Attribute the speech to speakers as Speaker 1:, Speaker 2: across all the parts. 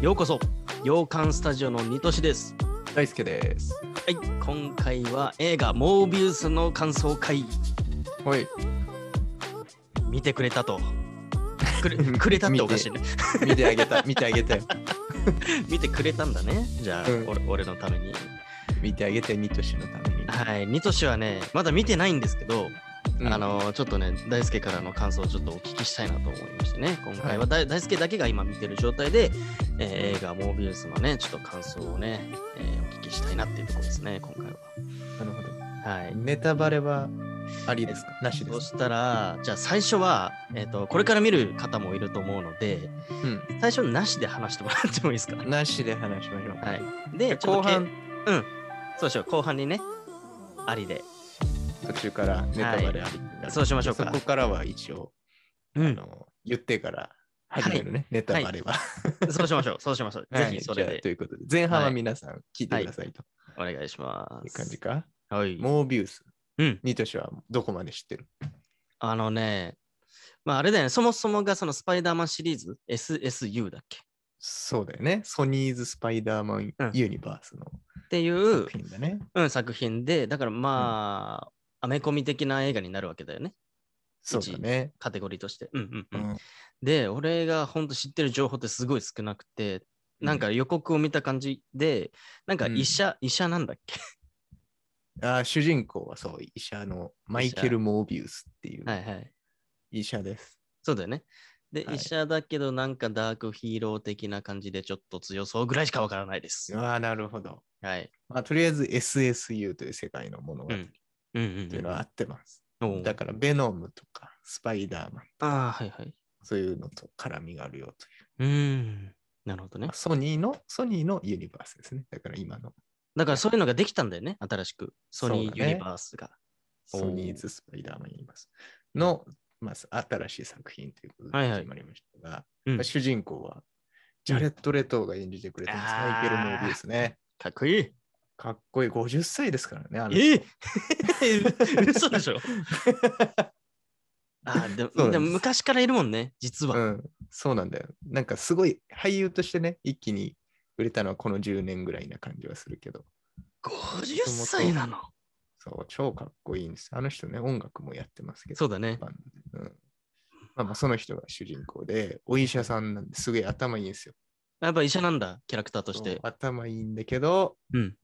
Speaker 1: ようこそ洋館スタジオのニトシです
Speaker 2: 大輔です。
Speaker 1: はい今回は映画モービウスの感想会
Speaker 2: はい。
Speaker 1: 見てくれたとくれくれたっておかしいね
Speaker 2: 見てあげた、見てあげて。
Speaker 1: 見てくれたんだねじゃあ、
Speaker 2: うん
Speaker 1: 俺俺のために
Speaker 2: 見てあげて、ニトシのために。
Speaker 1: はいニトシはねまだ見てないんですけど、
Speaker 2: うん
Speaker 1: あ、のちょっとね大輔からの感想をちょっとお聞きしたいなと思いましてね今回はだい大輔だけが今見てる状態で、えー映画モービウスのねちょっと感想をね、えーお聞きしたいなっていうところですね今回は
Speaker 2: なるほど。
Speaker 1: はい
Speaker 2: ネタバレはありですかなしで
Speaker 1: そ
Speaker 2: す
Speaker 1: したら、じゃあ最初は、えっとこれから見る方もいると思うので、
Speaker 2: か
Speaker 1: 最初なしで話してもらってもいいですか。
Speaker 2: うん。なしで話しましょう。
Speaker 1: はい、で、ちょ
Speaker 2: 後
Speaker 1: っとけ
Speaker 2: 半、
Speaker 1: そうしよう、後半にね、ありで、
Speaker 2: 途中からネタバレあり、
Speaker 1: そうしましょうか
Speaker 2: そこからは一応、
Speaker 1: う
Speaker 2: あ
Speaker 1: ん、
Speaker 2: の言ってから始めるね、ネタバレは。
Speaker 1: そうしましょう、そうしましょう、
Speaker 2: はい
Speaker 1: ぜひそれ
Speaker 2: じゃあ
Speaker 1: で
Speaker 2: ということで、前半は皆さん聞いてくださいと
Speaker 1: お願いしま
Speaker 2: いう
Speaker 1: す。
Speaker 2: 感じか。
Speaker 1: はい、
Speaker 2: モービウス、
Speaker 1: うん
Speaker 2: ニトシはどこまで知ってる
Speaker 1: あのね、まああれだよね、そもそもがそのスパイダーマンシリーズ、SSU だっけ
Speaker 2: そうだよね。ソニーズ・スパイダーマン
Speaker 1: うん・
Speaker 2: ユニバースの
Speaker 1: っていう
Speaker 2: 作、品だね。
Speaker 1: うん、作品で、だからまあ、アメコミ的な映画になるわけだよね、
Speaker 2: そうだね。
Speaker 1: カテゴリーとして。うんうんう
Speaker 2: う
Speaker 1: ん。
Speaker 2: ん
Speaker 1: で、俺が本当知ってる情報ってすごい少なくて、なんか予告を見た感じで、なんか医者、医者なんだっけ
Speaker 2: あー主人公はそう、医者のマイケル・モービウスっていう
Speaker 1: はいはい。
Speaker 2: 医者です。
Speaker 1: そうだよね。で、
Speaker 2: はい
Speaker 1: 医者だけどなんかダークヒーロー的な感じでちょっと強そうぐらいしかわからないです。
Speaker 2: ああ、なるほど。
Speaker 1: はい。
Speaker 2: まあ、とりあえず SSU という世界のもの
Speaker 1: う
Speaker 2: がっ
Speaker 1: ん。うんうん
Speaker 2: ていうのは合ってます。
Speaker 1: うん。おう
Speaker 2: だから、ベノムとか、スパイダーマン、
Speaker 1: ああ、はいはい。
Speaker 2: そういうのと絡みがあるよという
Speaker 1: ーん。なるほどね
Speaker 2: う。。ソニーの、ソニーのユニバースですね。だから今の
Speaker 1: だからそういうのができたんだよね、新しく。ソニー
Speaker 2: そうだ
Speaker 1: ユ
Speaker 2: ね
Speaker 1: ニバースが。おー
Speaker 2: ソニーズ・スパイダーマンユニバースの、まあ、新しい作品ということ
Speaker 1: は
Speaker 2: で
Speaker 1: いはい
Speaker 2: 始まりましたが、
Speaker 1: うん
Speaker 2: まあ主人公はジャレット・レトーが演じてくれてます。マイケル・モービウスね。
Speaker 1: かっこいい。
Speaker 2: かっこいい50歳ですからね。あの人
Speaker 1: ええ 嘘でし ょあーで
Speaker 2: そうなんで
Speaker 1: も
Speaker 2: す
Speaker 1: でも昔からいるもんね、実は。
Speaker 2: うん、そうなんだよ。なんかすごい俳優としてね、一気に売れたのはこの10年ぐらいな感じはするけど、
Speaker 1: 50歳なの
Speaker 2: そう、超かっこいいんです。あの人ね、音楽もやってますけど、
Speaker 1: そうだね。
Speaker 2: バンドでうんまあまあ、その人が主人公で、お医者さんなんですごい頭いいんですよ。
Speaker 1: やっぱ医者なんだ、キャラクターとし
Speaker 2: そう
Speaker 1: て。
Speaker 2: 頭いいんだけど、
Speaker 1: うん。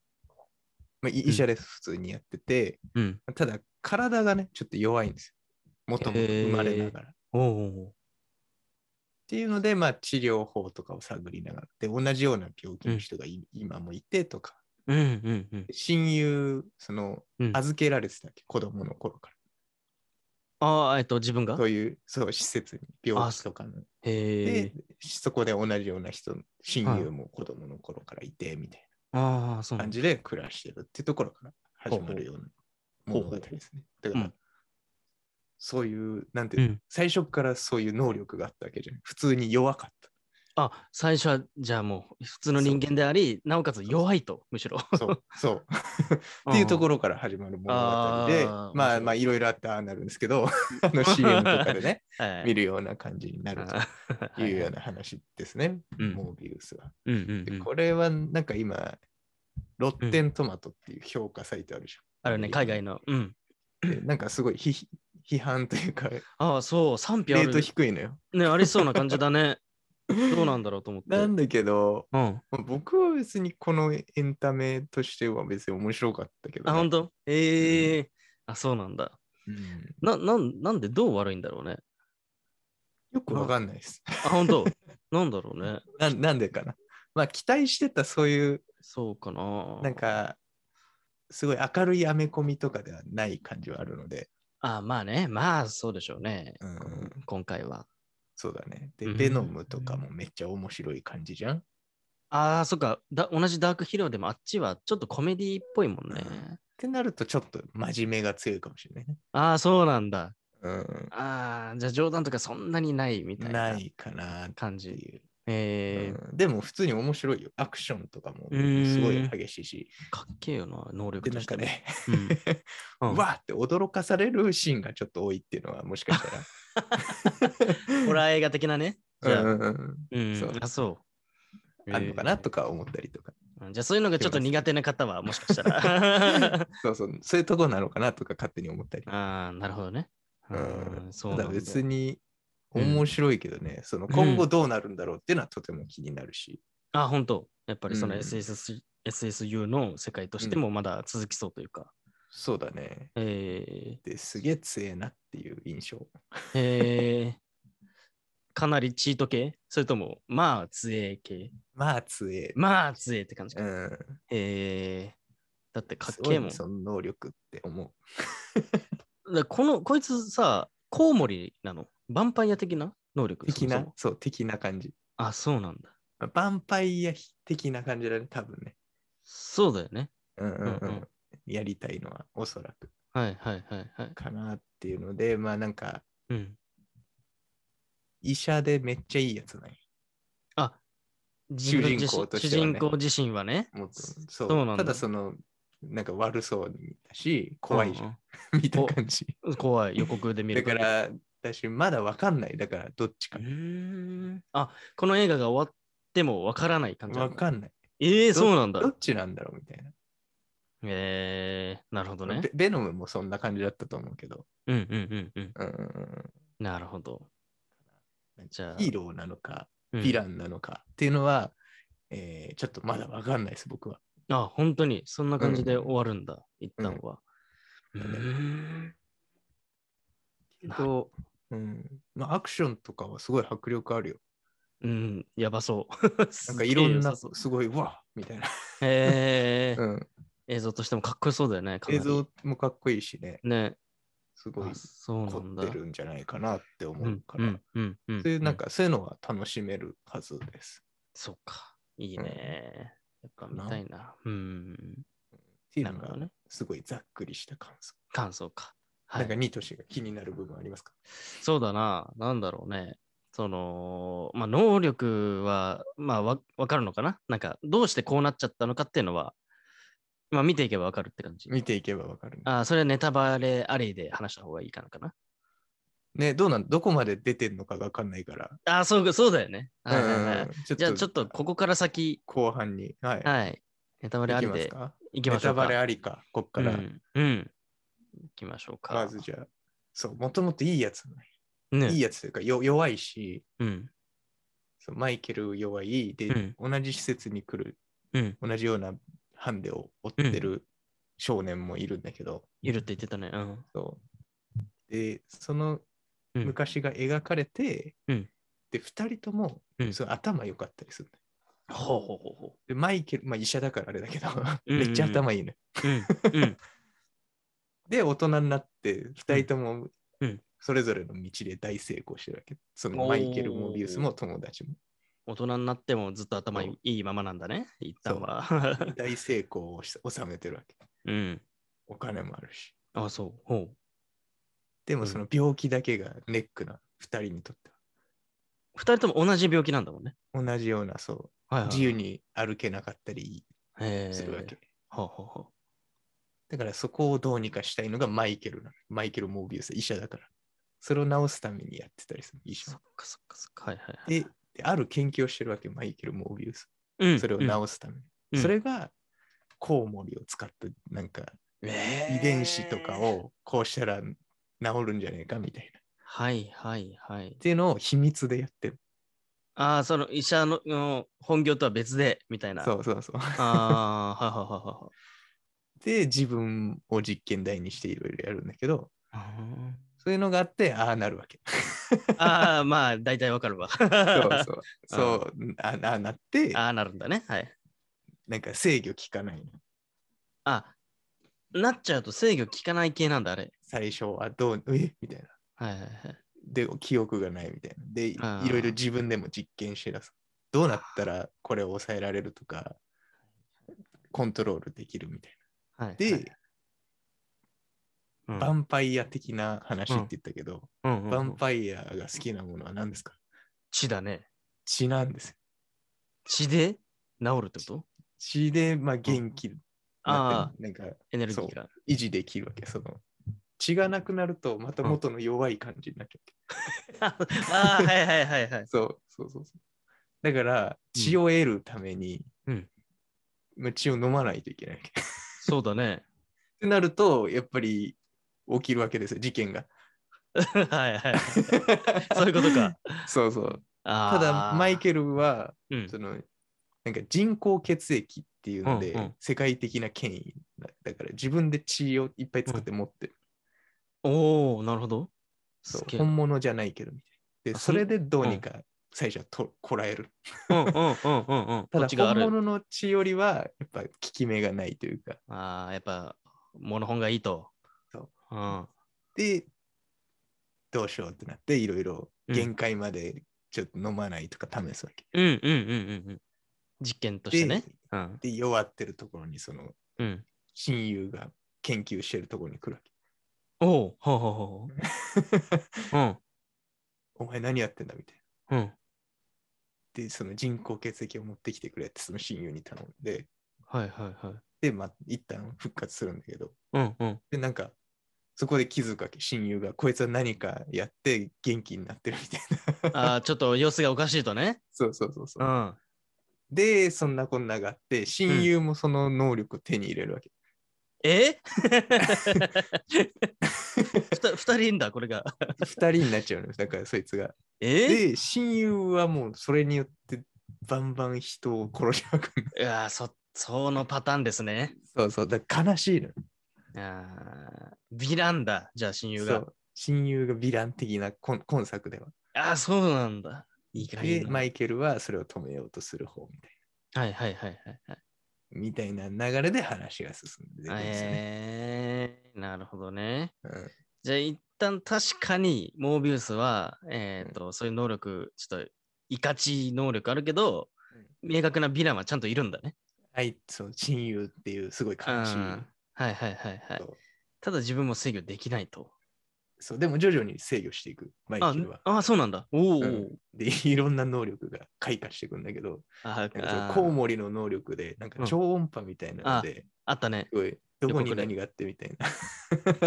Speaker 2: まあ、い医者です、普通にやってて、
Speaker 1: うん。
Speaker 2: ただ体がね、ちょっと弱いんですよ。もともと生まれながら。
Speaker 1: おうおうおう
Speaker 2: っていうので、まあ、治療法とかを探りながらで同じような病気の人がい、今もいてとか
Speaker 1: うんうんうん
Speaker 2: 親友その
Speaker 1: うん。あ
Speaker 2: 預けられてたっけ子供の頃か
Speaker 1: あー、えっと、自分
Speaker 2: ら
Speaker 1: が
Speaker 2: そういうそう施設に病気とかの
Speaker 1: へ
Speaker 2: で
Speaker 1: え。
Speaker 2: そこで同じような人親友も子供の頃からいてみたい
Speaker 1: ああ、そう
Speaker 2: な
Speaker 1: なん
Speaker 2: 感
Speaker 1: だ。
Speaker 2: じで暮らしてるっていうところから始まるような
Speaker 1: ほうほう
Speaker 2: 物語ですねだか
Speaker 1: う
Speaker 2: ら
Speaker 1: ん
Speaker 2: そういうなんて
Speaker 1: う
Speaker 2: いうの
Speaker 1: ん。
Speaker 2: 最初からそういう能力があったわけじゃない普通に弱かった
Speaker 1: あ、最初は、じゃあもう、普通の人間であり、なおかつ弱いと、むしろ。
Speaker 2: そう、そう。 っていうとこ
Speaker 1: ろ。
Speaker 2: ろから始まる物語で、
Speaker 1: あー面
Speaker 2: ま
Speaker 1: 白
Speaker 2: あ
Speaker 1: い
Speaker 2: まあいろいろあってああなるんです けど、あの CM とかでね、見
Speaker 1: る。
Speaker 2: るような感じになる
Speaker 1: あ
Speaker 2: というような話ですね、
Speaker 1: うん
Speaker 2: モービウスは。
Speaker 1: うんうん
Speaker 2: で
Speaker 1: うん。
Speaker 2: これはなんか今、ロッテントマトっていう評価サイトあるじ
Speaker 1: あるね、海外の。うん。
Speaker 2: ゃん。でなんかすごい批批判というか、レ
Speaker 1: ああ、そう、賛否あ
Speaker 2: ート
Speaker 1: る。
Speaker 2: 低いのよ。
Speaker 1: ね、ありそうな感じだね。 どうなんだろうと思って。
Speaker 2: なんだけど、
Speaker 1: うん。
Speaker 2: 僕は別にこのエンタメとしては別に面白かったけどね、
Speaker 1: あ、本当ええあ、そうなんだ。
Speaker 2: うん
Speaker 1: な、なん、なんでどう悪いんだろうね。
Speaker 2: よくわかんないです。
Speaker 1: あ、本 当なんだろうね。
Speaker 2: ななんでかな。まあ期待してたそういう
Speaker 1: そうかな。
Speaker 2: なん。かすごい明るいアメコミとかではない感じはあるので、
Speaker 1: あ、まあね。まあ、そうでしょうね。
Speaker 2: うん
Speaker 1: 今回は。
Speaker 2: そうだね。で、
Speaker 1: うん
Speaker 2: ベノムとかもめっちゃ面白い感じじゃん。
Speaker 1: ああ、そっかだ。同じダークヒーローでもあっちはちょっとコメディっぽいもんね。
Speaker 2: うんってなるとちょっと真面目が強いかもしれないね。
Speaker 1: ああ、そうなんだ。
Speaker 2: うん
Speaker 1: ああ、じゃあ冗談とかそんなにないみたいな
Speaker 2: ないかなって
Speaker 1: 感じ。
Speaker 2: いう、
Speaker 1: ええ
Speaker 2: うんでも普通に面白いよ。アクションとかも
Speaker 1: うん
Speaker 2: すごい激しいし。
Speaker 1: かっけえよな、能力
Speaker 2: で、
Speaker 1: と
Speaker 2: なん
Speaker 1: し
Speaker 2: か
Speaker 1: て。
Speaker 2: ね、
Speaker 1: うんう ん
Speaker 2: わーって驚かされるシーンがちょっと多いっていうのはもしかしたら。
Speaker 1: ホラー映画的なね。じゃあ、
Speaker 2: うんうんうん
Speaker 1: うん
Speaker 2: そう
Speaker 1: あ、そう。
Speaker 2: あるのかなとか思ったりとか、
Speaker 1: うんじゃあそういうのがちょっと苦手な方はもしかした ら。
Speaker 2: そうそう、そういうところなのかなとか勝手に思ったり。
Speaker 1: ああ、なるほどね。うん
Speaker 2: うん
Speaker 1: そう
Speaker 2: た
Speaker 1: な
Speaker 2: だ
Speaker 1: んだ
Speaker 2: 別に面白いけどね、その今後どうなるんだろうっていうのはとても気になるし、
Speaker 1: あ、本当やっぱりその
Speaker 2: うん
Speaker 1: SS、SSU の世界としてもまだ続きそうというか。
Speaker 2: そうだね。
Speaker 1: え
Speaker 2: ですげえ強えなっていう印象。
Speaker 1: ー、えー、かなりチート系それとも、まあ、強え系
Speaker 2: まあ強え。
Speaker 1: まあ、強えって感じか。
Speaker 2: うん。
Speaker 1: えー、だってかっ
Speaker 2: すご
Speaker 1: けえ
Speaker 2: い
Speaker 1: もん。
Speaker 2: ねその能力って思う。
Speaker 1: だこの、こいつさ、コウモリなのヴァンパイア的な能力
Speaker 2: 的
Speaker 1: そもそ
Speaker 2: な
Speaker 1: も、
Speaker 2: そう、的な感じ。
Speaker 1: あ、そうなんだ。
Speaker 2: ヴァンパイア的な感じだね、多分ね。
Speaker 1: そうだよね。
Speaker 2: うんうん
Speaker 1: う
Speaker 2: うん。
Speaker 1: うん
Speaker 2: やりたいのはおそらく
Speaker 1: はいはいはいはい。
Speaker 2: かなっていうので、まあなんか、
Speaker 1: うん。
Speaker 2: 医者でめっちゃいいやつない。
Speaker 1: あ、自分自身
Speaker 2: 主人公としてはね
Speaker 1: 主人公自身はね。
Speaker 2: もっとそう
Speaker 1: そうなんだ
Speaker 2: ただその、なんか悪そうにだし、怖いじゃん、
Speaker 1: うん
Speaker 2: みたいな感じ。
Speaker 1: うん怖い、予告で見
Speaker 2: だ
Speaker 1: る
Speaker 2: か
Speaker 1: 限り。
Speaker 2: ら、私まだわかんない。だから、どっちか
Speaker 1: う。ーんあ、この映画が終わってもわからない感じな
Speaker 2: わ
Speaker 1: んだ。
Speaker 2: かんない。
Speaker 1: えー、
Speaker 2: ど
Speaker 1: そうなんだ
Speaker 2: ど。っちなんだろうみたいな。
Speaker 1: えー、なるほどね
Speaker 2: ベ。ベノムもそんな感じだったと思うけど、
Speaker 1: うんうんうんうん。
Speaker 2: うんうんうん
Speaker 1: なるほど。じゃあ、
Speaker 2: ヒーローなのか、
Speaker 1: う
Speaker 2: ヴ
Speaker 1: ん
Speaker 2: ィランなのかっていうのは、えーちょっとまだわかんないです、僕は。
Speaker 1: あ、本当に、そんな感じで終わるんだ、一旦は。う
Speaker 2: うん
Speaker 1: ーん。
Speaker 2: けど、うんまあ、アクションとかはすごい迫力あるよ。
Speaker 1: うん、やばそう。
Speaker 2: な
Speaker 1: なん
Speaker 2: かいろんな、
Speaker 1: そう
Speaker 2: すごい、うわみたいな、
Speaker 1: へー
Speaker 2: うん
Speaker 1: 映像としてもかっこよそうだよね。かな
Speaker 2: 映
Speaker 1: り
Speaker 2: 像もかっこいいしね、
Speaker 1: ね。
Speaker 2: すごい
Speaker 1: あそうな
Speaker 2: 凝
Speaker 1: ん
Speaker 2: っ
Speaker 1: だ。
Speaker 2: てるんじゃないかなって思
Speaker 1: う
Speaker 2: うんか
Speaker 1: う
Speaker 2: ら、
Speaker 1: んうんうん。
Speaker 2: そういうなんか、そういうのは楽しめるはずです。
Speaker 1: そうか。いいね。やっぱ見たいな。うん。
Speaker 2: っていう
Speaker 1: なる
Speaker 2: の
Speaker 1: ほ
Speaker 2: が
Speaker 1: ど、ね。
Speaker 2: すごいざっくりした感想。
Speaker 1: 感想か。は
Speaker 2: なんか、
Speaker 1: い。
Speaker 2: ニトシが気になる部分ありますか
Speaker 1: そうだな。なんだろうね。その、まあ、能力は、まあわ、わかるのかななんか、どうしてこうなっちゃったのかっていうのは、まあ、見ていけばわかるって感じ。
Speaker 2: 見ていけばわかるね。
Speaker 1: ああ、それはネタバレありで話した方がいいかなかな。
Speaker 2: ね、どうなんどこまで出てんのかがわかんないから。
Speaker 1: ああ、そうか、そうだよね。はいはいはい。
Speaker 2: うんちょ
Speaker 1: じゃあ、ちょっとここから先、
Speaker 2: 後半に。はい。
Speaker 1: はい。ネタバレあ
Speaker 2: いき
Speaker 1: り
Speaker 2: ます
Speaker 1: で
Speaker 2: か
Speaker 1: いき
Speaker 2: ネ
Speaker 1: ましょ
Speaker 2: タ
Speaker 1: うか。
Speaker 2: バレありか。こっから。
Speaker 1: うん。うん。いきましょうか。
Speaker 2: まずじゃあ、そう、もともといいやつなのよ、
Speaker 1: ね。
Speaker 2: いいやつというか、よ弱いし、
Speaker 1: うん。
Speaker 2: そうマイケル弱い。で、同じ施設に来る、
Speaker 1: うん。
Speaker 2: 同じようなハンデを追ってる少年もいるんだけど、
Speaker 1: いるって言ってたね。うん。
Speaker 2: そうで、その
Speaker 1: うん
Speaker 2: 昔が描かれて、
Speaker 1: うん
Speaker 2: で、2人とも、
Speaker 1: うん
Speaker 2: そう頭良かったりするのよ
Speaker 1: ほうほうほうほ
Speaker 2: で、マイケル、まあ医者だからあれだけど、
Speaker 1: うんうん
Speaker 2: めっちゃ頭いいのよ
Speaker 1: う。うん。う ん。
Speaker 2: で、大人になって、二人とも
Speaker 1: うん、
Speaker 2: それぞれの道で大成功してるわけ。その
Speaker 1: おー
Speaker 2: マイケル・モビウスも友達も。
Speaker 1: 大人になってもずっと頭いいままなんだね。一旦は。
Speaker 2: 大成功をし収めてるわけ。
Speaker 1: うん。
Speaker 2: お金もあるし。
Speaker 1: あ、そう。ほう。
Speaker 2: で
Speaker 1: う
Speaker 2: も
Speaker 1: ん
Speaker 2: その病気だけがネックな二人にとって
Speaker 1: 二人とも同じ病気なんだもんね。
Speaker 2: は。同じような、そう、
Speaker 1: はいはい。
Speaker 2: 自由に歩けなかったり
Speaker 1: へー
Speaker 2: するわけ。
Speaker 1: ほうほうほう。
Speaker 2: だからそこをどうにかしたいのがマイケルなの。マイケル・モビウス、医者だから。それを治すためにやってたりする。医
Speaker 1: そ
Speaker 2: 者
Speaker 1: っ。かそっかそっか。はいはいはい。
Speaker 2: で、である研究をしてるわけ、マイケル・モビウス。
Speaker 1: うん
Speaker 2: それを治すために。
Speaker 1: うん
Speaker 2: それがコウモリを使ってなんか遺伝子とか。
Speaker 1: うんえー
Speaker 2: をこうしたら治るんじゃねえかみたいな。っ
Speaker 1: はいはいはい。
Speaker 2: ていうのを秘密でやってる。
Speaker 1: ああ、その医者のの本業とは別で、みたいな。
Speaker 2: そうそうそう。
Speaker 1: ああ、はいはいはいはいはい。
Speaker 2: で自分を実験台にしていろいろやるんだけど
Speaker 1: あ
Speaker 2: そういうのがあってああなるわけ。
Speaker 1: ーあー、まあ、大体わかるわ。
Speaker 2: そうそう。そうあああなって
Speaker 1: ああ、なるんだね。はい。
Speaker 2: なんか制御効かないの。
Speaker 1: あ、なっちゃうと制御効かない系なんだ、あれ。
Speaker 2: 最初はどうえみたいな。
Speaker 1: はいはいはい。
Speaker 2: で記憶がないみたいな。でい
Speaker 1: あー
Speaker 2: いろいろ自分でも実験してらす。どうなったらこれを抑えられるとかコントロールできるみたいな。
Speaker 1: はいはい、
Speaker 2: で、
Speaker 1: うん
Speaker 2: ヴァンパイア的な話って言ったけど、
Speaker 1: うんうん
Speaker 2: ヴ
Speaker 1: う
Speaker 2: ァ
Speaker 1: ん
Speaker 2: ンパイアが好きなものは何ですか
Speaker 1: 血だね。
Speaker 2: 血なんですよ。
Speaker 1: 血で治るってこと
Speaker 2: 血で、まあ、元気に
Speaker 1: あ
Speaker 2: なって、なんか
Speaker 1: あ、エネルギ ーが。
Speaker 2: 維持できるわけ。その血がなくなると、また元の弱い感じになっちゃうわ
Speaker 1: ああ、はいはいはいはい
Speaker 2: け。。そうそうそうそう。だから、血を得るために、
Speaker 1: うん
Speaker 2: まあ血を飲まないといけ ない。っ
Speaker 1: そうだね。
Speaker 2: てなると、やっぱり起きるわけですよ、事件が。
Speaker 1: はいはい。 そういうこと か。
Speaker 2: そうそう。
Speaker 1: た
Speaker 2: ただ、マイケルは、
Speaker 1: ル、うん
Speaker 2: その、なんか人工血液っていうの
Speaker 1: うんう
Speaker 2: で
Speaker 1: ん、
Speaker 2: 世界的な権威だだから、自分で血をいっぱい作って持ってる。
Speaker 1: おおなるほど。
Speaker 2: そ
Speaker 1: す
Speaker 2: う
Speaker 1: げえ
Speaker 2: 本物じゃないけどみたいな。で、
Speaker 1: あ
Speaker 2: そ
Speaker 1: それ
Speaker 2: れでどうにか最初はとこらえる。
Speaker 1: うんうんうんうんうん。
Speaker 2: た
Speaker 1: こ
Speaker 2: だ
Speaker 1: っちがあ
Speaker 2: 本
Speaker 1: る。
Speaker 2: 物の血よりはやっぱ効き目がないというか。
Speaker 1: ああ、やっぱ、物本がいいと。
Speaker 2: そう
Speaker 1: うん。
Speaker 2: で、どうしようってなっていろいろ
Speaker 1: うん
Speaker 2: 限界までちょっと飲まないとか試すわけ。
Speaker 1: うんうんうんうんうん。実験としてね。うん。
Speaker 2: で、弱ってるところにその
Speaker 1: うん。
Speaker 2: 親友が研究してるところに来るわ
Speaker 1: おおほうほうほ
Speaker 2: け。
Speaker 1: うほう。
Speaker 2: お前何やってんだみたい
Speaker 1: うん。うん。
Speaker 2: な。で、その人工血液を持ってきてくれってその親友に頼んで、
Speaker 1: はいはいはい。
Speaker 2: で、まあ、一旦復活するんだけど、
Speaker 1: うんうん。
Speaker 2: で、なんか、そこで気づくわけ、親友が、こいつは何かやって元気になってるみたいな。
Speaker 1: ああ、ちょっと様子がおかしいとね。
Speaker 2: そうそうそうそうう。
Speaker 1: ん。
Speaker 2: で、そんなこんながあって、親友もその能力を手に入れるわけ。
Speaker 1: えふた二人いんだ、これが。
Speaker 2: 二、人になっちゃうのよ、だからそいつが。
Speaker 1: え
Speaker 2: で、親友はもうそれによって、バンバン人を殺しまくる。
Speaker 1: いやーそ、そのパターンですね。
Speaker 2: そうそう、だから悲しいのよ。
Speaker 1: あーヴィランだ、じゃあ親友
Speaker 2: そ
Speaker 1: が。
Speaker 2: う親友がヴィラン的な今今作では。
Speaker 1: ああ、そうなんだ。いい加減
Speaker 2: で、
Speaker 1: な
Speaker 2: マイケルはそれを止めようとする方みたいな。
Speaker 1: はいはいはいはいはい。
Speaker 2: みたいな流れで話が進んでいくんですよね。
Speaker 1: えー、なるほどね。
Speaker 2: うん
Speaker 1: じゃあ一旦確かにモービウスは、えーとそういう能力、ちょっといかち能力あるけど、明確なヴィランはちゃんといるんだね。
Speaker 2: はい、そう、親友っていうすごい悲しい。
Speaker 1: うんはいはいはいはい
Speaker 2: そう。
Speaker 1: ただ自分も制御できないと。
Speaker 2: そう、でも徐々に制御していく、マイ
Speaker 1: あ
Speaker 2: ケルは。
Speaker 1: あそうなんだ。おお、
Speaker 2: うんで、いろんな能力が開花していくんだけど、
Speaker 1: あ
Speaker 2: なん
Speaker 1: あ
Speaker 2: かそうコウモリの能力で、なん
Speaker 1: う
Speaker 2: か
Speaker 1: ん
Speaker 2: 超音波みたいなので、
Speaker 1: あった ね。
Speaker 2: すごい、どこに
Speaker 1: 予告で
Speaker 2: 何があってみたいな。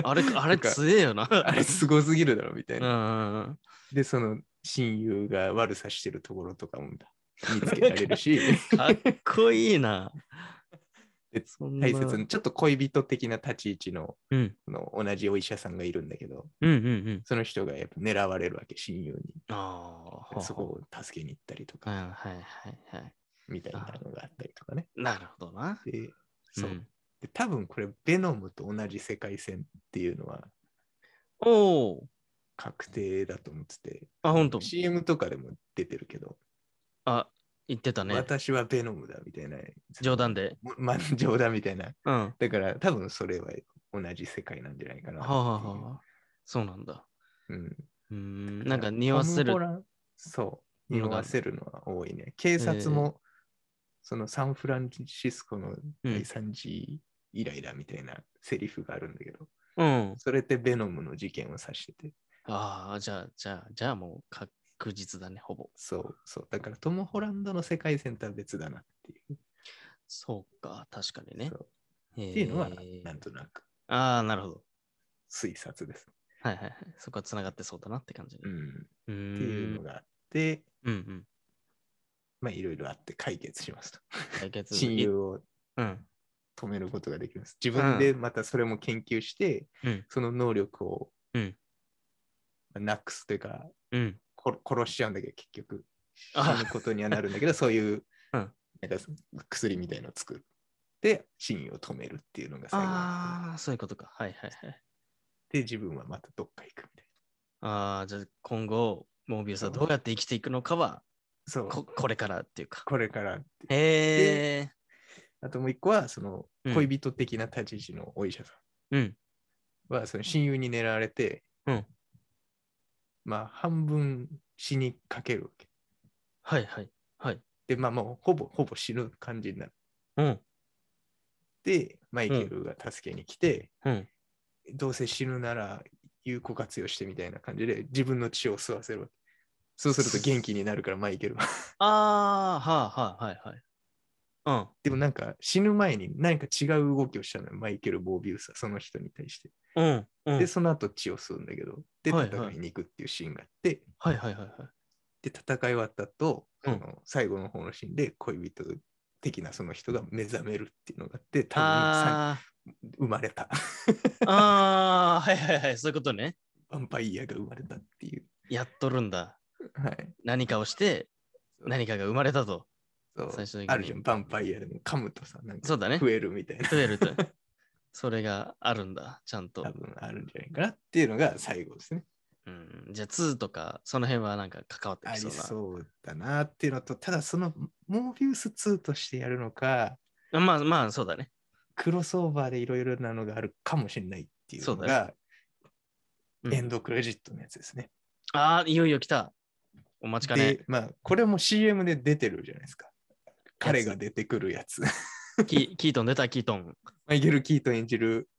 Speaker 1: あれ、あ
Speaker 2: な
Speaker 1: れ
Speaker 2: んか
Speaker 1: 強えよな。
Speaker 2: あれすごすぎるだろみた
Speaker 1: う
Speaker 2: い
Speaker 1: んう
Speaker 2: な。
Speaker 1: んうん。
Speaker 2: で、その親友が悪さしてるところとかも 見つけられるし、
Speaker 1: かっこいいな
Speaker 2: で。
Speaker 1: そんな
Speaker 2: 大切な、ちょっと恋人的な立ち位置の
Speaker 1: うん
Speaker 2: その同じお医者さんがいるんだけど、
Speaker 1: うんうんうん。
Speaker 2: その人がやっぱ狙われるわけ、親友に。
Speaker 1: ああ。
Speaker 2: そこを助けに行ったりと
Speaker 1: うん。
Speaker 2: か、
Speaker 1: はいはいはい。
Speaker 2: みたいなのがあったりとかね。
Speaker 1: なるほどな。
Speaker 2: で、そう。
Speaker 1: ん
Speaker 2: で多分これ、ベノムと同じ世界線っていうのは
Speaker 1: おお。
Speaker 2: 確定だと思ってて、
Speaker 1: あ、本当。
Speaker 2: CM とかでも出てるけど、
Speaker 1: あ、言ってたね。
Speaker 2: 私はベノムだみたいな。
Speaker 1: 冗談で。
Speaker 2: も。ま、 冗談みたいな。
Speaker 1: うん。は
Speaker 2: だから多分それは同じ世界なんじゃないかな
Speaker 1: あ
Speaker 2: って
Speaker 1: は
Speaker 2: いう。
Speaker 1: あはあ。そうなんだ。
Speaker 2: うん。
Speaker 1: うーん。なんか匂わせ
Speaker 2: トムホ
Speaker 1: る。
Speaker 2: ランそう。
Speaker 1: のが
Speaker 2: 匂わせるのは多いね。警察も、そのサンフランシスコの第3次以来だみたいなセリフがあるんだけど、
Speaker 1: うん。
Speaker 2: それってベノムの事件を指してて、
Speaker 1: ああ、じゃあ、じゃあ、じゃあもう確実だね、ほぼ。
Speaker 2: そうそう。だからトム・ホランドの世界線とは別だなっていう。
Speaker 1: そうか、確かにね
Speaker 2: そ。う
Speaker 1: っ
Speaker 2: っていうのは、なんとなく
Speaker 1: ああ、なるほど。
Speaker 2: 推察です。
Speaker 1: はいはいはい。そこはつながってそうだなって感じ。
Speaker 2: う。
Speaker 1: うんー
Speaker 2: っていうの
Speaker 1: ん。
Speaker 2: があって、
Speaker 1: うんうん。
Speaker 2: まあいろいろあって解決しますと。
Speaker 1: 解決。
Speaker 2: 親友を
Speaker 1: うん。
Speaker 2: 止めることができます。自分でまたそれも研究して、
Speaker 1: うん
Speaker 2: その能力を、
Speaker 1: うん
Speaker 2: まあなくすというか、
Speaker 1: うん。
Speaker 2: こ殺しちゃうんだけど、結局、
Speaker 1: あ
Speaker 2: 死ぬことにはなるん だけど、そういう、
Speaker 1: うん
Speaker 2: なんか薬みたいのを作る。で、親友を止めるっていうのが最後なん
Speaker 1: ああ、そういうことか。はいはいはい。
Speaker 2: で。で、自分はまたどっか行くみたいな。
Speaker 1: ああ、じゃあ今後、モービウスはどうやって生きていくのかは、
Speaker 2: そう、
Speaker 1: こ
Speaker 2: こ
Speaker 1: これからっていうか。
Speaker 2: れからって。
Speaker 1: へえ。
Speaker 2: あともう一個は、その
Speaker 1: うん
Speaker 2: 恋人的な立ち位置のお医者さん。
Speaker 1: うん。
Speaker 2: はその親友に狙われて、
Speaker 1: うん
Speaker 2: まあ半分死にかけるわけ。
Speaker 1: はいはい。はい。
Speaker 2: で、まあもうほぼほぼ死ぬ感じになっ
Speaker 1: うん。
Speaker 2: て、マイケルが助けに来て、
Speaker 1: うん。
Speaker 2: どうせ死ぬなら有効活用してみたいな感じで自分の血を吸わせるわけ。そうすると元気になるからマイケルは。
Speaker 1: ああ、はあ、はいはいはい。
Speaker 2: でもなんか死ぬ前に何か違う動きをしたのよ、マイケル・ボービウスはその人に対して。
Speaker 1: うん。うん。う
Speaker 2: で、
Speaker 1: ん。
Speaker 2: その後血を吸うんだけど、で、
Speaker 1: はいはい
Speaker 2: 戦いに行くっていうシーンがあって、
Speaker 1: はいはいはいはい。
Speaker 2: で、戦い終わった後、あの最後の方のシーンで恋人的なその人が目覚めるっていうのがあって、多分
Speaker 1: あ
Speaker 2: さ生まれた。
Speaker 1: ーあー、はいはいはい、そういうことね。
Speaker 2: ヴァンパイアが生まれたっていう。
Speaker 1: やっとるんだ。
Speaker 2: はい。
Speaker 1: 何かをして、何かが生まれたと。
Speaker 2: そう
Speaker 1: 最終的に
Speaker 2: あるじゃん、ヴァンパイアでも噛むとさ、なんか
Speaker 1: そうだね
Speaker 2: 増。えるみたいな。
Speaker 1: 増え ると。それがあるんだ、ちゃんと
Speaker 2: 多。分あるんじゃないかなっていうのが最後ですね。
Speaker 1: うん、じゃあ、2とか、その辺はなんか関わって
Speaker 2: あ
Speaker 1: きそ
Speaker 2: り
Speaker 1: うな。
Speaker 2: そうだなっていうのと、ただそのモービウス2としてやるのか、
Speaker 1: まあまあ、そうだね。
Speaker 2: クロスオーバーでいろいろなのがあるかもしれないっていうの
Speaker 1: そうだ
Speaker 2: が、
Speaker 1: うん
Speaker 2: エンドクレジットのやつですね。
Speaker 1: ああ、いよいよ来た。お待ちかね。
Speaker 2: で、まあ、これも CM で出てるじゃないですか。彼が出てくるやつ。
Speaker 1: キキートン出た、キートン。
Speaker 2: マイケル・キートン演 じる、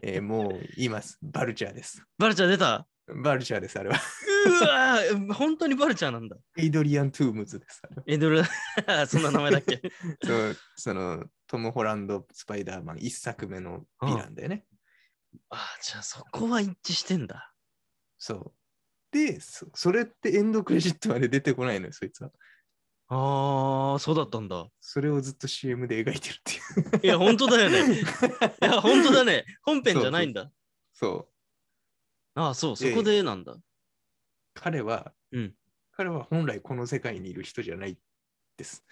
Speaker 2: えーもう言います。バルチャーです。
Speaker 1: バルチャー出た。
Speaker 2: バルチャーです、あれは。
Speaker 1: うわー本当にバルチャーなんだ。
Speaker 2: エイドリアン・トゥームズです。あれは
Speaker 1: エドル、 そんな名前だ っけ
Speaker 2: そうそのトム・ホランド・スパイダーマン一作目のヴィランだよね。
Speaker 1: ああ、じゃあそこは一致してんだ。
Speaker 2: そう。でそ、それってエンドクレジットまで出てこないのよ、そいつは。
Speaker 1: ああ、そうだったんだ。
Speaker 2: それをずっと CM で描いてるっていう。
Speaker 1: いや、本当だよ ね。 いや、本当だね。本編じゃないんだ。
Speaker 2: そう。
Speaker 1: ああ、そう、そこでなんだ。
Speaker 2: 彼は、
Speaker 1: うん
Speaker 2: 彼は本来この世界にいる人じゃないです。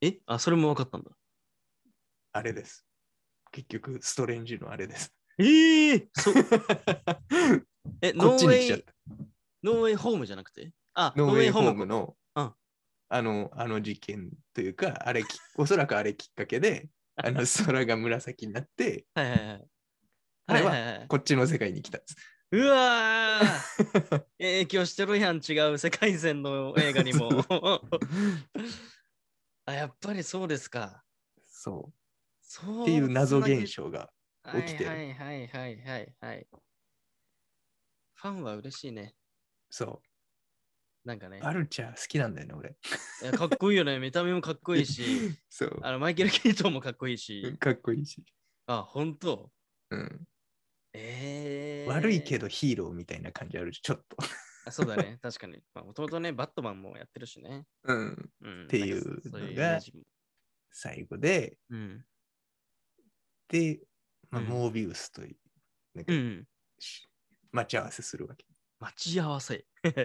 Speaker 1: えあ、それも分かったんだ。
Speaker 2: あれです。結局、ストレンジのあれです。
Speaker 1: ええ そう。え、
Speaker 2: こ
Speaker 1: ノ
Speaker 2: っ
Speaker 1: ー
Speaker 2: ち
Speaker 1: ウ
Speaker 2: に
Speaker 1: ェ
Speaker 2: 来ちゃっ
Speaker 1: イ、
Speaker 2: た。
Speaker 1: ノーウェイホームじゃなくてあ、
Speaker 2: ノーウェイホーム
Speaker 1: か
Speaker 2: の、
Speaker 1: うん
Speaker 2: あの、あの事件というか、あれき、おそらくあれきっか けで、あの空が紫になって、
Speaker 1: はいはいはい。
Speaker 2: あれは
Speaker 1: はいはいはい
Speaker 2: こっちの世界に来たんです。
Speaker 1: うわ ー影響してるやん、違う世界線の映画に も。あ、やっぱりそうですか。
Speaker 2: そ。
Speaker 1: そうう
Speaker 2: っていう謎現象が。
Speaker 1: つなげ
Speaker 2: 起きてる
Speaker 1: はいはいはいはいはいはい。ファンは嬉しいね。
Speaker 2: そ
Speaker 1: なんかね
Speaker 2: う。。バルチャー好きなんだよね、 俺。
Speaker 1: いやかっこいいよね。見た目もかっこいいし、
Speaker 2: そう。
Speaker 1: あのマイケル・キートンもかっこいいし。
Speaker 2: かっこいいし。
Speaker 1: あ、本当
Speaker 2: うん。
Speaker 1: えー、
Speaker 2: 悪いけ
Speaker 1: ど。
Speaker 2: どヒーローみたいな感じあるし、ちょっと。
Speaker 1: あそうだね。 確かに。まあ、もともとね、バットマンもやってるしね。
Speaker 2: うん。
Speaker 1: うん、
Speaker 2: っていう
Speaker 1: なんかそういう
Speaker 2: の
Speaker 1: イ
Speaker 2: が
Speaker 1: メージも
Speaker 2: 最後で、
Speaker 1: うん。
Speaker 2: で、まあ、
Speaker 1: うん
Speaker 2: モービウスという、なんか
Speaker 1: うん。
Speaker 2: し待ち合わせするわけ。
Speaker 1: 待ち合わせ。
Speaker 2: なんか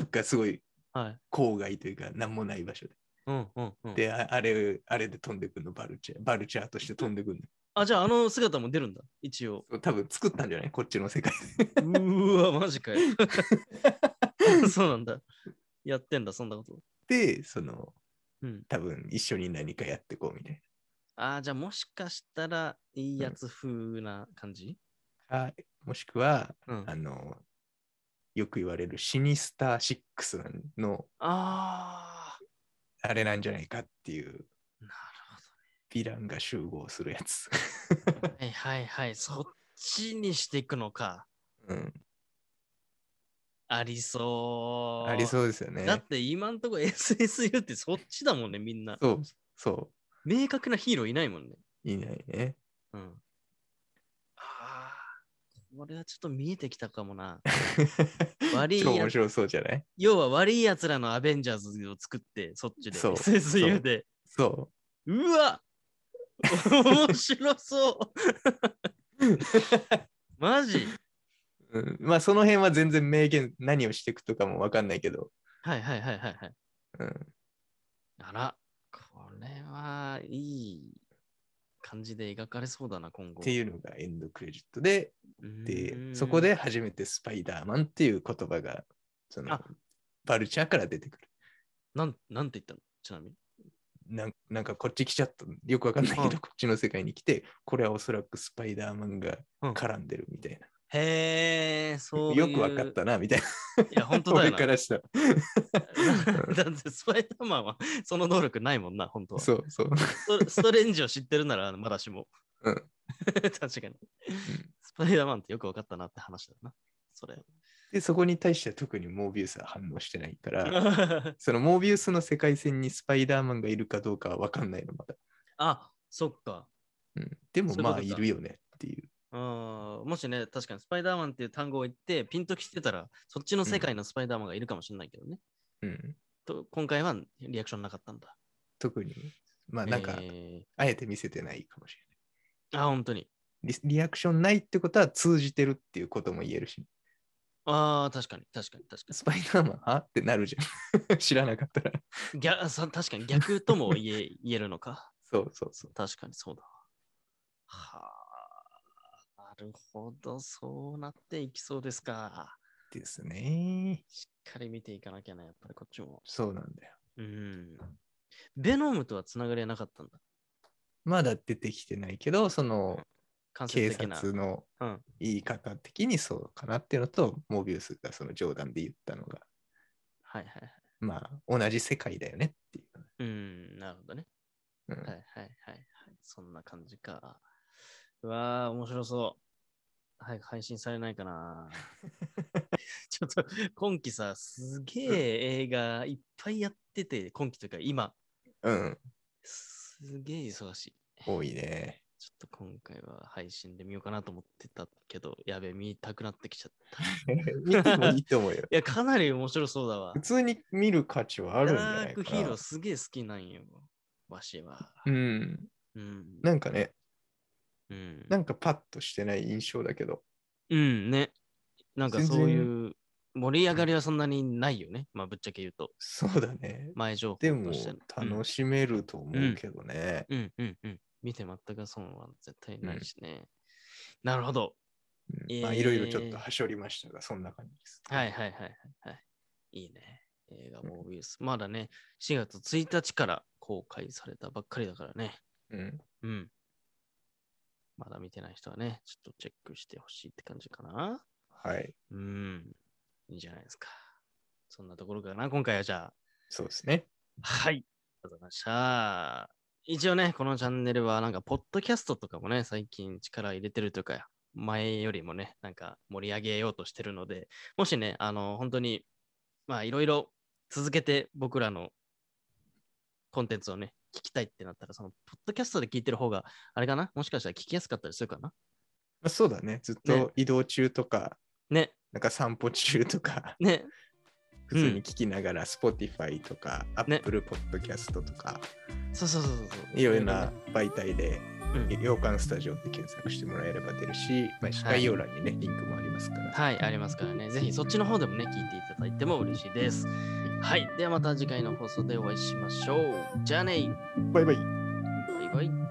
Speaker 2: どっかすごい
Speaker 1: はい。
Speaker 2: 郊外というか、なんもない場所で。
Speaker 1: うんうんうん。
Speaker 2: で、ああれ、あれで飛んでくるの、バルチャー。バルチャーとして飛んでくる
Speaker 1: あ、じゃああの姿も出るんだ。一応。
Speaker 2: の。多分作ったんじゃないこっちの世界
Speaker 1: うーわ、マジかよ。そうなんだ。やってんだ、そんなこと。
Speaker 2: で。で、その、
Speaker 1: うん
Speaker 2: 多分一緒に何かやってこうみたい
Speaker 1: ああ、じゃあもしかしたらいいやつ風な感じ、
Speaker 2: な。はい。もしくは、
Speaker 1: うん、
Speaker 2: あの、よく言われるシニスター6の
Speaker 1: ああ、
Speaker 2: あれなんじゃないかっていう、
Speaker 1: なる
Speaker 2: ヴィランが集合するやつ。
Speaker 1: ほど。はいはいはい。そっちにしていくのか。
Speaker 2: うん、
Speaker 1: ありそう。
Speaker 2: ありそうですよね。
Speaker 1: だって今んとこ SSU ってそっちだもんね、みんな。
Speaker 2: そう、そ
Speaker 1: 明確なヒーローいないもんね。
Speaker 2: う、いないね。
Speaker 1: うん。ああ、これはちょっと見えてきたかもな。 悪いやつ
Speaker 2: 超面白そうじゃない
Speaker 1: 要は悪いやつらのアベンジャーズを作って、そっちで。
Speaker 2: そう
Speaker 1: SSU で。
Speaker 2: そう
Speaker 1: わ面白そう マジ
Speaker 2: う。うん、まあ、その辺は全然明言、何をしていくとかもわかんないけど、
Speaker 1: はいはいはいはいはい。
Speaker 2: うん、
Speaker 1: あら、これはいい感じで描かれそうだな、今後。
Speaker 2: っていうのがエンドクレジットで、
Speaker 1: うー
Speaker 2: で、
Speaker 1: ん
Speaker 2: そこで。初めてスパイダーマンっていう言葉が、その
Speaker 1: あ、
Speaker 2: バルチャーから出てくる。
Speaker 1: なん、なんて言ったのちなみに。
Speaker 2: なんなんかこっち来ちゃったよくわかんないけ
Speaker 1: う
Speaker 2: ど
Speaker 1: ん
Speaker 2: こっちの世界に来てこれはおそらくスパイダーマンが
Speaker 1: うん
Speaker 2: 絡んでるみたいな、
Speaker 1: へえ、そういう。
Speaker 2: よくわかっ。たなみたいない
Speaker 1: や、本当だよ
Speaker 2: 俺
Speaker 1: な。
Speaker 2: からしたら
Speaker 1: だってスパイダーマンはその能力ないもんな、本当は。
Speaker 2: そうそう
Speaker 1: ストストレンジを知ってるならまだしも。
Speaker 2: うん
Speaker 1: 確かに。スパイダーマンってよく分かったなって話だな。それ。
Speaker 2: でそこに対しては特にモービウスは反応してないから
Speaker 1: あ
Speaker 2: そのモービウスの世界線にスパイダーマンがいるかどうかはわかんないのまだ、
Speaker 1: そっか。
Speaker 2: うん、でも
Speaker 1: そういうこと
Speaker 2: まあ
Speaker 1: か
Speaker 2: いるよねっていう
Speaker 1: あーもしね、確かにスパイダーマンっていう単語を言って、ピンときてたら、そっちの世界のスパイダーマンがいるかもしれないけどね。
Speaker 2: うん
Speaker 1: と今回はリアクションなかったんだ。
Speaker 2: 特に。まあなんか、
Speaker 1: え
Speaker 2: あえて見せてないかもしれない
Speaker 1: ーあ、本当に。
Speaker 2: リス。リアクションないってことは通じてるっていうことも言えるし、
Speaker 1: ああ、確かに、確かに、確か
Speaker 2: スパイダーマンはってなるじゃん。 知らなかったら。
Speaker 1: に。ぎゃさ確かに逆とも言え言えるのか。
Speaker 2: そうそうそう。
Speaker 1: 確かにそうだわ。はあ、なるほど、そうなっていきそうですか。
Speaker 2: ですね。
Speaker 1: しっかり見ていかなきゃな、やっぱりこっちも。
Speaker 2: そうなんだよ。
Speaker 1: うん。ベノムとはつながりはなかったんだ。
Speaker 2: まだ出てきてないけど、その
Speaker 1: 間
Speaker 2: 警
Speaker 1: 接的な。
Speaker 2: 察の
Speaker 1: うん。
Speaker 2: 言い方的にそうかなっていうのと、モビウスがその冗談で言ったのが、
Speaker 1: はいはいはい。
Speaker 2: まあ同じ世界だよねっていう。
Speaker 1: うん、なるほどね。
Speaker 2: うん
Speaker 1: はいはいはいはい。そんな感じか。うわあ、面白そう。早く配信されないか な。ちょっと今期さ、すげえ映画いっぱいやってて、今期というか今、
Speaker 2: うん、
Speaker 1: すげえ忙しい。
Speaker 2: 多い ね。
Speaker 1: ちょっと今回は配信で見ようかなと思ってたけど、やべえ、見たくなってきちゃった。い
Speaker 2: 見てもいいと思うよ。
Speaker 1: や、かなり面白そうだわ
Speaker 2: 普。通に見る価値 はあるんじゃ
Speaker 1: ダ
Speaker 2: な
Speaker 1: ー
Speaker 2: いか
Speaker 1: ク
Speaker 2: な。
Speaker 1: ヒーローすげえ好きなんよ、わしは。
Speaker 2: うん。
Speaker 1: うん。
Speaker 2: なんかね、
Speaker 1: うん
Speaker 2: なんかパッとしてない印象だけど。
Speaker 1: うんね。なんかそう
Speaker 2: 全
Speaker 1: いう盛り上がりはそんなにないよね。まあぶっちゃけ言うと。
Speaker 2: そうだね。
Speaker 1: 前情報
Speaker 2: でも
Speaker 1: としての
Speaker 2: 楽しめると思うけどね。
Speaker 1: うんうんうんうん。見て全く損は絶対ないしね。なるほど。
Speaker 2: うんまあ
Speaker 1: えー
Speaker 2: いろいろちょっとはしょりましたが、そんな感じです。
Speaker 1: はいはいはいはいはい。いいね。映画モービウス。まだね、4月1日から公開されたばっかりだからね。
Speaker 2: うん。
Speaker 1: うん。まだ見てない人はね、ちょっとチェックしてほしいって感じかな。
Speaker 2: はい。
Speaker 1: うん。いいじゃないですか。そんなところかな、今回はじゃあ。
Speaker 2: そうですね。
Speaker 1: はい。ありがとうございました。一応ね、このチャンネルは、なんか、ポッドキャストとかもね、最近力入れてるというか、前よりもね、なんか盛り上げようとしてるので、もしね、あの、本当に、まあ、いろいろ続けて僕らのコンテンツをね、聞きたいってなったら、その、ポッドキャストで聞いてる方が、あれかなもしかしたら聞きやすかったりするかな
Speaker 2: まあ、そうだね。ずっ
Speaker 1: ね
Speaker 2: と移動中とか、
Speaker 1: ね、
Speaker 2: なんか散歩中とか、
Speaker 1: ね、
Speaker 2: 普通に聞きながら、Spotify とか、
Speaker 1: ね
Speaker 2: Apple Podcast とか、
Speaker 1: そうそうそうそうそう。
Speaker 2: いろいろな媒体で、
Speaker 1: うん
Speaker 2: 洋館スタジオって検索してもらえれば出るし、まあ、概要欄にね、リンクもありますから。
Speaker 1: はい、ありますからね。ぜひそっちの方でもね、聞いていただいても嬉しいです。はい、ではまた次回の放送でお会いしましょう。じゃあね
Speaker 2: バイバイ。
Speaker 1: バイバイ。